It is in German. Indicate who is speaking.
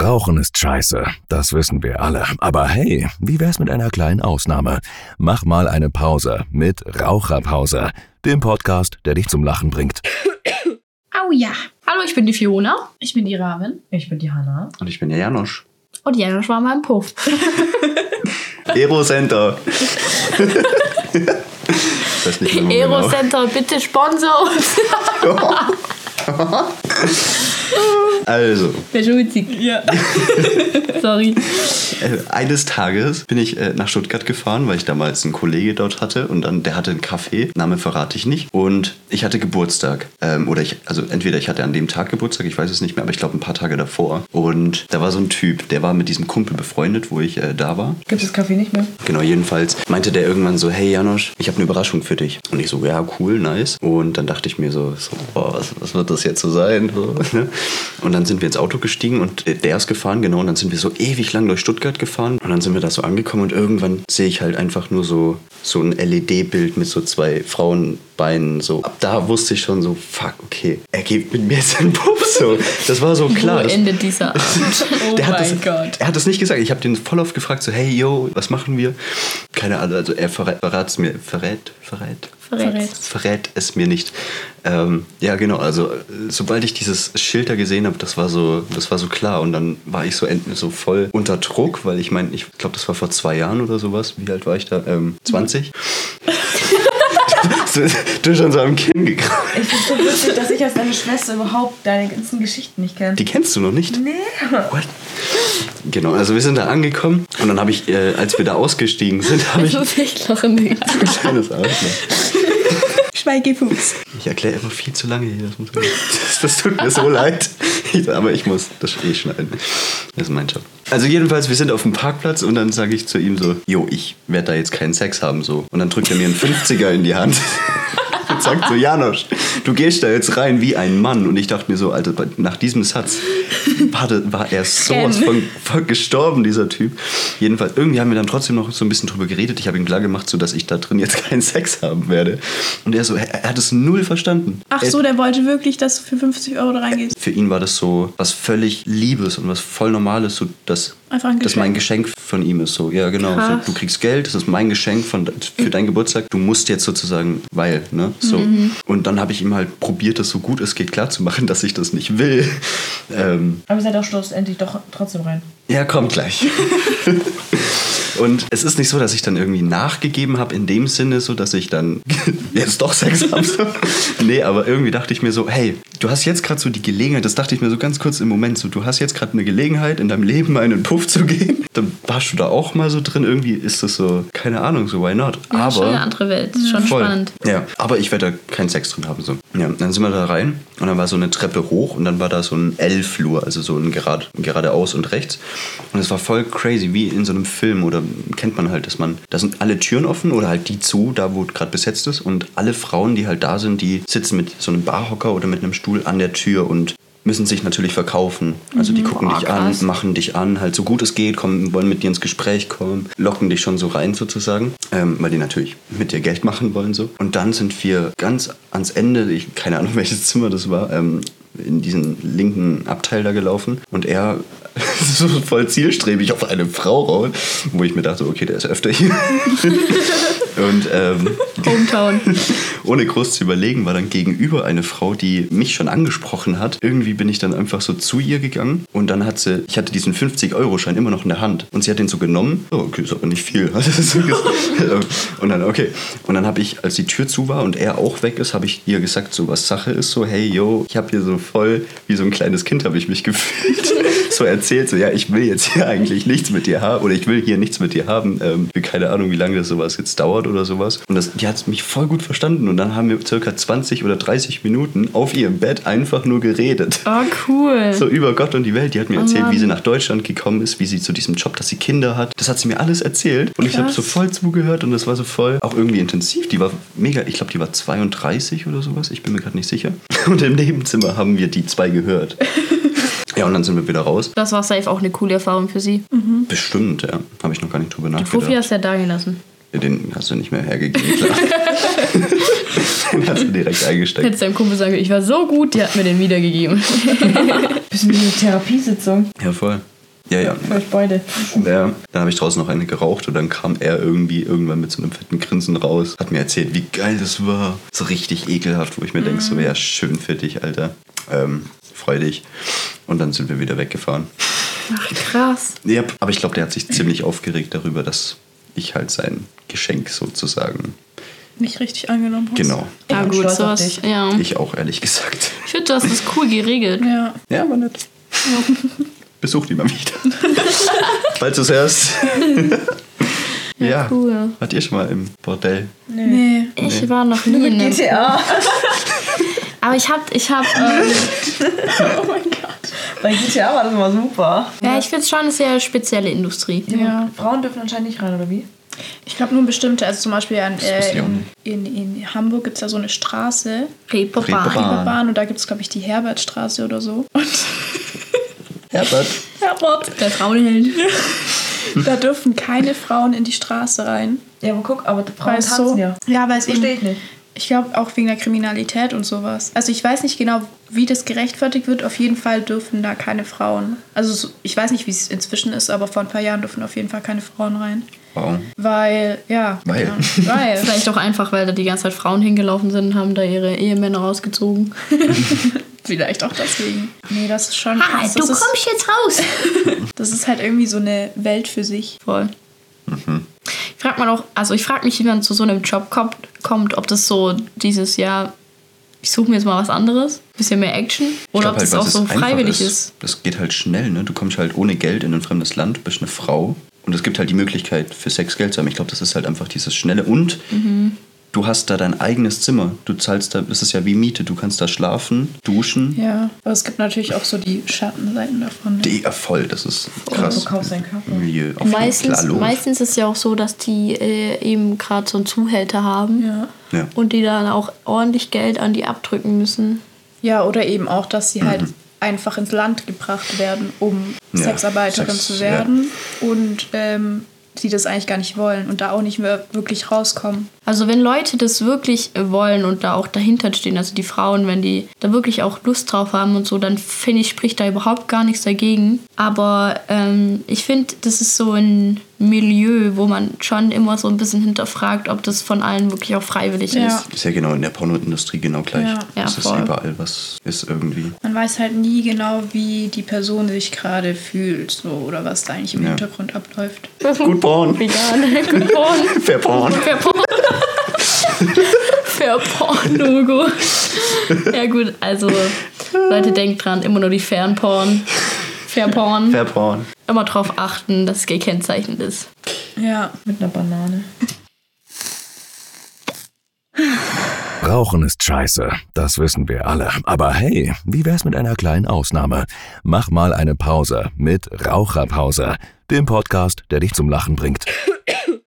Speaker 1: Rauchen ist scheiße, das wissen wir alle. Aber hey, wie wär's mit einer kleinen Ausnahme? Mach mal eine Pause mit Raucherpause, dem Podcast, der dich zum Lachen bringt.
Speaker 2: Au ja. Hallo, ich bin die Fiona. Ich bin die Raven.
Speaker 3: Ich bin die Hanna.
Speaker 4: Und ich bin der Janosch.
Speaker 2: Und Janosch war mal im Puff.
Speaker 4: Aero Center. das ist nicht mehr
Speaker 2: Aero Center, bitte sponsor uns.
Speaker 4: Genau. Also,
Speaker 2: Der Schulzig. Ja. Sorry.
Speaker 4: äh, eines Tages bin ich äh, nach Stuttgart gefahren, weil ich damals einen Kollege dort hatte und dann der hatte einen Kaffee, Name verrate ich nicht. Und ich hatte Geburtstag. Ähm, oder ich, also entweder ich hatte an dem Tag Geburtstag, ich weiß es nicht mehr, aber ich glaube ein paar Tage davor. Und da war so ein Typ, der war mit diesem Kumpel befreundet, wo ich äh, da war.
Speaker 3: Gibt es Kaffee nicht mehr?
Speaker 4: Genau, jedenfalls meinte der irgendwann so, hey Janosch, ich habe eine Überraschung für dich. Und ich so, ja, cool, nice. Und dann dachte ich mir so, so boah, was, was wird das jetzt so sein? So, ne? Und dann sind wir ins Auto gestiegen und äh, der ist gefahren, genau. Und dann sind wir so ewig lang durch Stuttgart gefahren. Und dann sind wir da so angekommen und irgendwann sehe ich halt einfach nur so, so ein LED-Bild mit so zwei Frauenbeinen. So, ab da wusste ich schon so, fuck, okay, er geht mit mir jetzt in den Pub. So, das war so klar.
Speaker 2: Wo
Speaker 4: Das-
Speaker 2: endet dieser Abend? Oh
Speaker 4: der hat
Speaker 2: mein
Speaker 4: das,
Speaker 2: Gott.
Speaker 4: Er hat das nicht gesagt. Ich habe den voll oft gefragt, so, hey, yo, was machen wir? Keine Ahnung, also er verrät, verrat's mir. Verrät? Verrät?
Speaker 2: Verrät's.
Speaker 4: Verrät es mir nicht. Ähm, ja, genau, also äh, sobald ich dieses Schild da gesehen habe, das war so, das war so klar. Und dann war ich so, ent- so voll unter Druck, weil ich meine, ich glaube, das war vor zwei Jahren oder sowas. Wie alt war ich da? Ähm, 20? Du- du schon so am Kinn gekraut.
Speaker 3: Ich finde so lustig, dass ich als deine Schwester überhaupt deine ganzen Geschichten nicht kenne.
Speaker 4: Die kennst du noch nicht?
Speaker 3: Nee.
Speaker 4: What? Genau, also wir sind da angekommen und dann habe ich, äh, als wir da ausgestiegen sind, habe ich.
Speaker 2: Also, Ich lache nicht.
Speaker 4: Kleines Arschloch.
Speaker 3: Schweigefuchs.
Speaker 4: Ich erkläre immer viel zu lange hier. Das, muss man- das, das tut mir so leid. Ich, aber ich muss das eh schneiden. Das ist mein Job. Also jedenfalls, wir sind auf dem Parkplatz und dann sage ich zu ihm so, jo, ich werde da jetzt keinen Sex haben so. Und dann drückt er mir einen 50er in die Hand. Und sagt so, Janosch, du gehst da jetzt rein wie ein Mann. Und ich dachte mir so, Alter, bei- nach diesem Satz war, das- war er sowas von, von gestorben, dieser Typ. Jedenfalls, irgendwie haben wir dann trotzdem noch so ein bisschen drüber geredet. Ich habe ihm klar gemacht, so, dass ich da drin jetzt keinen Sex haben werde. Und er so, er, er hat es null verstanden.
Speaker 5: Ach
Speaker 4: er,
Speaker 5: so, der wollte wirklich, dass du für 50 Euro da reingehst.
Speaker 4: Für ihn war das so was völlig Liebes und was voll Normales, so, dass,
Speaker 5: Einfach ein
Speaker 4: dass mein Geschenk von ihm ist. So, ja, genau. So,
Speaker 5: Krass.
Speaker 4: du kriegst Geld, das ist mein Geschenk von, für deinen Geburtstag. Du musst jetzt sozusagen, weil, ne? So.
Speaker 5: Mhm.
Speaker 4: Und dann habe ich ihm halt probiert, das so gut es geht klarzumachen, dass ich das nicht will. Ähm,
Speaker 3: Aber seid doch schlussendlich doch trotzdem rein.
Speaker 4: Ja, kommt gleich. Und es ist nicht so, dass ich dann irgendwie nachgegeben habe in dem Sinne, so dass ich dann jetzt doch Sex habe. So. Nee, aber irgendwie dachte ich mir so, hey, du hast jetzt gerade so die Gelegenheit, das dachte ich mir so ganz kurz im Moment, so du hast jetzt gerade eine Gelegenheit, in deinem Leben mal in den Puff zu gehen. Dann warst du da auch mal so drin, irgendwie ist das so, keine Ahnung, so why not?
Speaker 2: Ja, schon eine
Speaker 4: aber
Speaker 2: andere Welt. Ist Schon
Speaker 4: Voll.
Speaker 2: spannend.
Speaker 4: Ja, aber ich werde da keinen Sex drin haben. So. Ja, dann sind wir da rein und dann war so eine Treppe hoch und dann war da so ein L-Flur, also so ein gerad, geradeaus und rechts. Und es war voll crazy, wie in so einem Film oder kennt man halt, dass man, da sind alle Türen offen oder halt die zu, da wo gerade besetzt ist und alle Frauen, die halt da sind, die sitzen mit so einem Barhocker oder mit einem Stuhl an der Tür und müssen sich natürlich verkaufen. Also
Speaker 2: Mhm.
Speaker 4: die gucken dich an, machen dich an, halt so gut es geht, kommen, wollen mit dir ins Gespräch kommen, locken dich schon so rein sozusagen, ähm, weil die natürlich mit dir Geld machen wollen so. Und dann sind wir ganz ans Ende, ich keine Ahnung welches Zimmer das war, ähm, in diesen linken Abteil da gelaufen und er so voll zielstrebig auf eine Frau raus, wo ich mir dachte, okay, der ist öfter hier. und ähm,
Speaker 2: Hometown.
Speaker 4: ohne groß zu überlegen, war dann gegenüber eine Frau, die mich schon angesprochen hat. Irgendwie bin ich dann einfach so zu ihr gegangen und dann hat sie, ich hatte diesen 50-Euro-Schein immer noch in der Hand und sie hat den so genommen. Oh, okay, ist aber nicht viel. hat sie so gesagt. und dann, okay. Und dann habe ich, als die Tür zu war und er auch weg ist, habe ich ihr gesagt, so was Sache ist, so, hey, yo, ich habe hier so voll, wie so ein kleines Kind habe ich mich gefühlt. so erzählt, so, ja, ich will jetzt hier eigentlich nichts mit dir haben oder ich will hier nichts mit dir haben. Ähm, für keine Ahnung, wie lange das sowas jetzt dauert oder sowas. Und das, die hat mich voll gut verstanden. Und dann haben wir circa 20 oder 30 Minuten auf ihrem Bett einfach nur geredet.
Speaker 2: Oh, cool.
Speaker 4: So über Gott und die Welt. Die hat mir erzählt, wie sie nach Deutschland gekommen ist, wie sie zu diesem Job, dass sie Kinder hat. Das hat sie mir alles erzählt. Und ich habe so voll zugehört und das war so voll auch irgendwie intensiv. Die war mega, ich glaube, die war 32 oder sowas. Ich bin mir gerade nicht sicher. Und im Nebenzimmer haben wir die zwei gehört. Ja, und dann sind wir wieder raus.
Speaker 2: Das war safe auch eine coole Erfahrung für sie.
Speaker 4: Bestimmt, ja. Habe ich noch gar nicht drüber
Speaker 2: Profi
Speaker 4: nachgedacht.
Speaker 2: hast du ja da gelassen.
Speaker 4: Den hast du nicht mehr hergegeben, klar. Den hast du direkt eingesteckt.
Speaker 2: Hättest deinem Kumpel sagen können, ich war so gut, der hat mir den wiedergegeben.
Speaker 3: Bisschen wie eine Therapiesitzung.
Speaker 4: Ja, voll. Ja, ja.
Speaker 3: Für euch beide.
Speaker 4: Ja. Dann habe ich draußen noch eine geraucht und dann kam er irgendwie irgendwann mit so einem fetten Grinsen raus, hat mir erzählt, wie geil das war. So richtig ekelhaft, wo ich mir denke, so ja, schön für dich, Alter. Ähm, freu dich. Und dann sind wir wieder weggefahren.
Speaker 2: Ach, krass.
Speaker 4: Yep. Aber ich glaube, der hat sich ziemlich aufgeregt darüber, dass ich halt sein Geschenk sozusagen.
Speaker 5: Nicht richtig angenommen hast.
Speaker 4: Genau.
Speaker 2: Ja,
Speaker 3: bin
Speaker 2: gut,
Speaker 3: stolz auf
Speaker 2: sowas.
Speaker 3: dich.
Speaker 2: Ja.
Speaker 4: Ich auch, ehrlich gesagt.
Speaker 2: Ich finde, du hast das cool geregelt.
Speaker 5: Ja.
Speaker 4: Ja, war nett. Besucht ihn mal wieder. Bald du erst. ja,
Speaker 2: cool.
Speaker 4: Wart ihr schon mal im Bordell?
Speaker 5: Nee.
Speaker 2: Ich war noch nie in einem
Speaker 3: GTA.
Speaker 2: Aber ich hab, ich hab, ähm,
Speaker 3: Oh mein Gott. Bei GTA war das immer super.
Speaker 2: ja, ich finde schon eine sehr spezielle Industrie.
Speaker 5: Ja.
Speaker 3: Frauen dürfen anscheinend nicht rein, oder wie?
Speaker 5: Ich glaube nur bestimmte, also zum Beispiel an,
Speaker 4: wusste
Speaker 5: äh,
Speaker 4: ich auch
Speaker 5: in, in, in Hamburg gibt es ja so eine Straße,
Speaker 2: Reeperbahn.
Speaker 4: Reeperbahn. Bahn.
Speaker 5: Bahn, und da gibt es, glaube ich, die Herbertstraße oder so. Und
Speaker 4: Herbert.
Speaker 5: Herbert,
Speaker 2: Der Frauenheld.
Speaker 5: da dürfen keine Frauen in die Straße rein.
Speaker 3: Ja, aber guck, aber Frauen
Speaker 5: Weil es so,
Speaker 3: tanzen Oh, ja.
Speaker 5: ja, weil es eben
Speaker 3: Verstehe ich nicht.
Speaker 5: Ich glaube auch wegen der Kriminalität und sowas. Also ich weiß nicht genau, wie das gerechtfertigt wird. Auf jeden Fall dürfen da keine Frauen. Also so- ich weiß nicht, wie es inzwischen ist, aber vor ein paar Jahren dürfen auf jeden Fall keine Frauen rein.
Speaker 4: Wow.
Speaker 5: Weil, ja.
Speaker 4: Weil.
Speaker 5: keine Ahnung. Weil.
Speaker 2: Vielleicht auch einfach, weil da die ganze Zeit Frauen hingelaufen sind, haben da ihre Ehemänner rausgezogen.
Speaker 5: Vielleicht auch deswegen. Nee, das ist schon
Speaker 2: Ah,
Speaker 5: krass. Das, ist,
Speaker 2: jetzt raus.
Speaker 5: das ist halt irgendwie so eine Welt für sich.
Speaker 2: Voll.
Speaker 4: Mhm.
Speaker 2: Ich frag mal auch, also ich frage mich, wie man zu so einem Job kommt, kommt ob das so dieses Jahr, ich suche mir jetzt mal was anderes, bisschen mehr Action, oder ob
Speaker 4: halt,
Speaker 2: das auch so freiwillig ist.
Speaker 4: Das geht halt schnell, ne? Du kommst halt ohne Geld in ein fremdes Land, bist eine Frau. Und es gibt halt die Möglichkeit, für Sex Geld zu haben. Ich glaube, das ist halt einfach dieses Schnelle. Und
Speaker 2: Mhm.
Speaker 4: du hast da dein eigenes Zimmer. Du zahlst da, es ist ja wie Miete. Du kannst da schlafen, duschen.
Speaker 5: Ja. Aber es gibt natürlich auch so die Schattenseiten davon. ne?
Speaker 4: Die Erfolg, das ist
Speaker 2: Oh,
Speaker 4: krass.
Speaker 3: du kaufst einen Kaffee.
Speaker 4: Milieu, auf jeden
Speaker 2: Meistens,
Speaker 4: Fall, logisch.
Speaker 2: meistens ist ja auch so, dass die äh, eben gerade so einen Zuhälter haben
Speaker 5: Ja.
Speaker 4: Ja.
Speaker 2: und die dann auch ordentlich Geld an die abdrücken müssen.
Speaker 5: Ja, oder eben auch, dass sie halt einfach ins Land gebracht werden, um
Speaker 4: Mhm. Ja,
Speaker 5: Sexarbeiterin
Speaker 4: Sex,
Speaker 5: zu werden und ähm, die das eigentlich gar nicht wollen und da auch nicht mehr wirklich rauskommen.
Speaker 2: Also wenn Leute das wirklich wollen und da auch dahinter stehen, also die Frauen, wenn die da wirklich auch Lust drauf haben und so, dann finde ich, spricht da überhaupt gar nichts dagegen. Aber ähm, ich finde, das ist so ein Milieu, wo man schon immer so ein bisschen hinterfragt, ob das von allen wirklich auch freiwillig
Speaker 5: Ja.
Speaker 2: ist.
Speaker 4: Ist ja genau in der Pornoindustrie genau gleich.
Speaker 5: Ja.
Speaker 2: Ja,
Speaker 4: das ist
Speaker 2: voll.
Speaker 4: überall, was ist irgendwie.
Speaker 5: Man weiß halt nie genau, wie die Person sich gerade fühlt so, oder was da eigentlich im
Speaker 4: Ja.
Speaker 5: Hintergrund abläuft.
Speaker 4: Gut Porn.
Speaker 2: Vegan, Good Porn,
Speaker 4: Fair Porn.
Speaker 2: Fair Porn. Fair Porn-Logo. Ja gut, also Leute, denkt dran, immer nur die fairen Porn. Fair Porn.
Speaker 4: Fair Porn.
Speaker 2: immer darauf achten, dass es gekennzeichnet ist.
Speaker 5: Ja.
Speaker 3: Mit einer Banane.
Speaker 1: Rauchen ist scheiße, das wissen wir alle. Aber hey, wie wär's mit einer kleinen Ausnahme? Mach mal eine Pause mit Raucherpause, dem Podcast, der dich zum Lachen bringt.